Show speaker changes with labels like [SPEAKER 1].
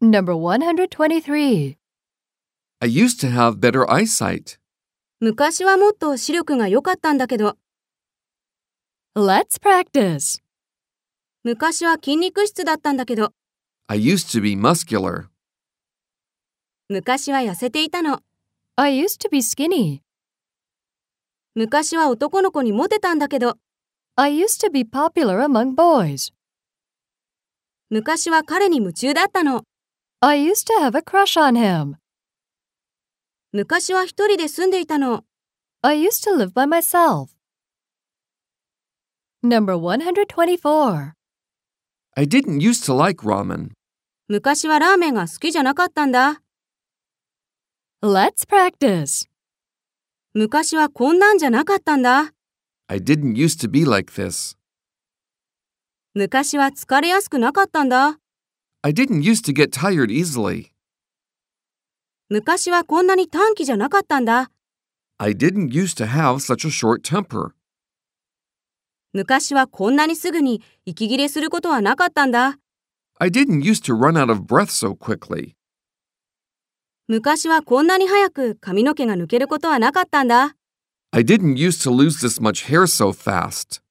[SPEAKER 1] Number 123.
[SPEAKER 2] I used to have better eyesight.
[SPEAKER 3] 昔はもっと視力が良かったんだけど、
[SPEAKER 1] Let's practice.
[SPEAKER 3] 昔は筋肉質だったんだけど、
[SPEAKER 2] I used to be muscular.
[SPEAKER 3] 昔は痩せていたの。
[SPEAKER 1] I used to be skinny.
[SPEAKER 3] 昔は男の子にモテたんだけど、
[SPEAKER 1] I used to be popular among boys.
[SPEAKER 3] 昔は彼に夢中だったの。
[SPEAKER 1] I used to have a crush on him.
[SPEAKER 3] 昔は一人で住んでいたの。
[SPEAKER 1] I used to live by myself. Number 124.
[SPEAKER 2] I didn't used to like ramen.
[SPEAKER 3] 昔はラーメンが好きじゃなかったんだ。
[SPEAKER 1] Let's practice.
[SPEAKER 3] 昔はこんなんじゃなかったんだ。
[SPEAKER 2] I didn't used to be like this.
[SPEAKER 3] 昔は疲れやすくなかったんだ。
[SPEAKER 2] I didn't used to get tired easily.
[SPEAKER 3] 昔はこんなに短気じゃなかったんだ。
[SPEAKER 2] I didn't used to have such a short temper.
[SPEAKER 3] 昔はこんなにすぐに息切れすることはなかったんだ。
[SPEAKER 2] I didn't used to run out of breath so quickly.
[SPEAKER 3] 昔はこんなに早く髪の毛が抜けることはなかったんだ。
[SPEAKER 2] I didn't used to lose this much hair so fast.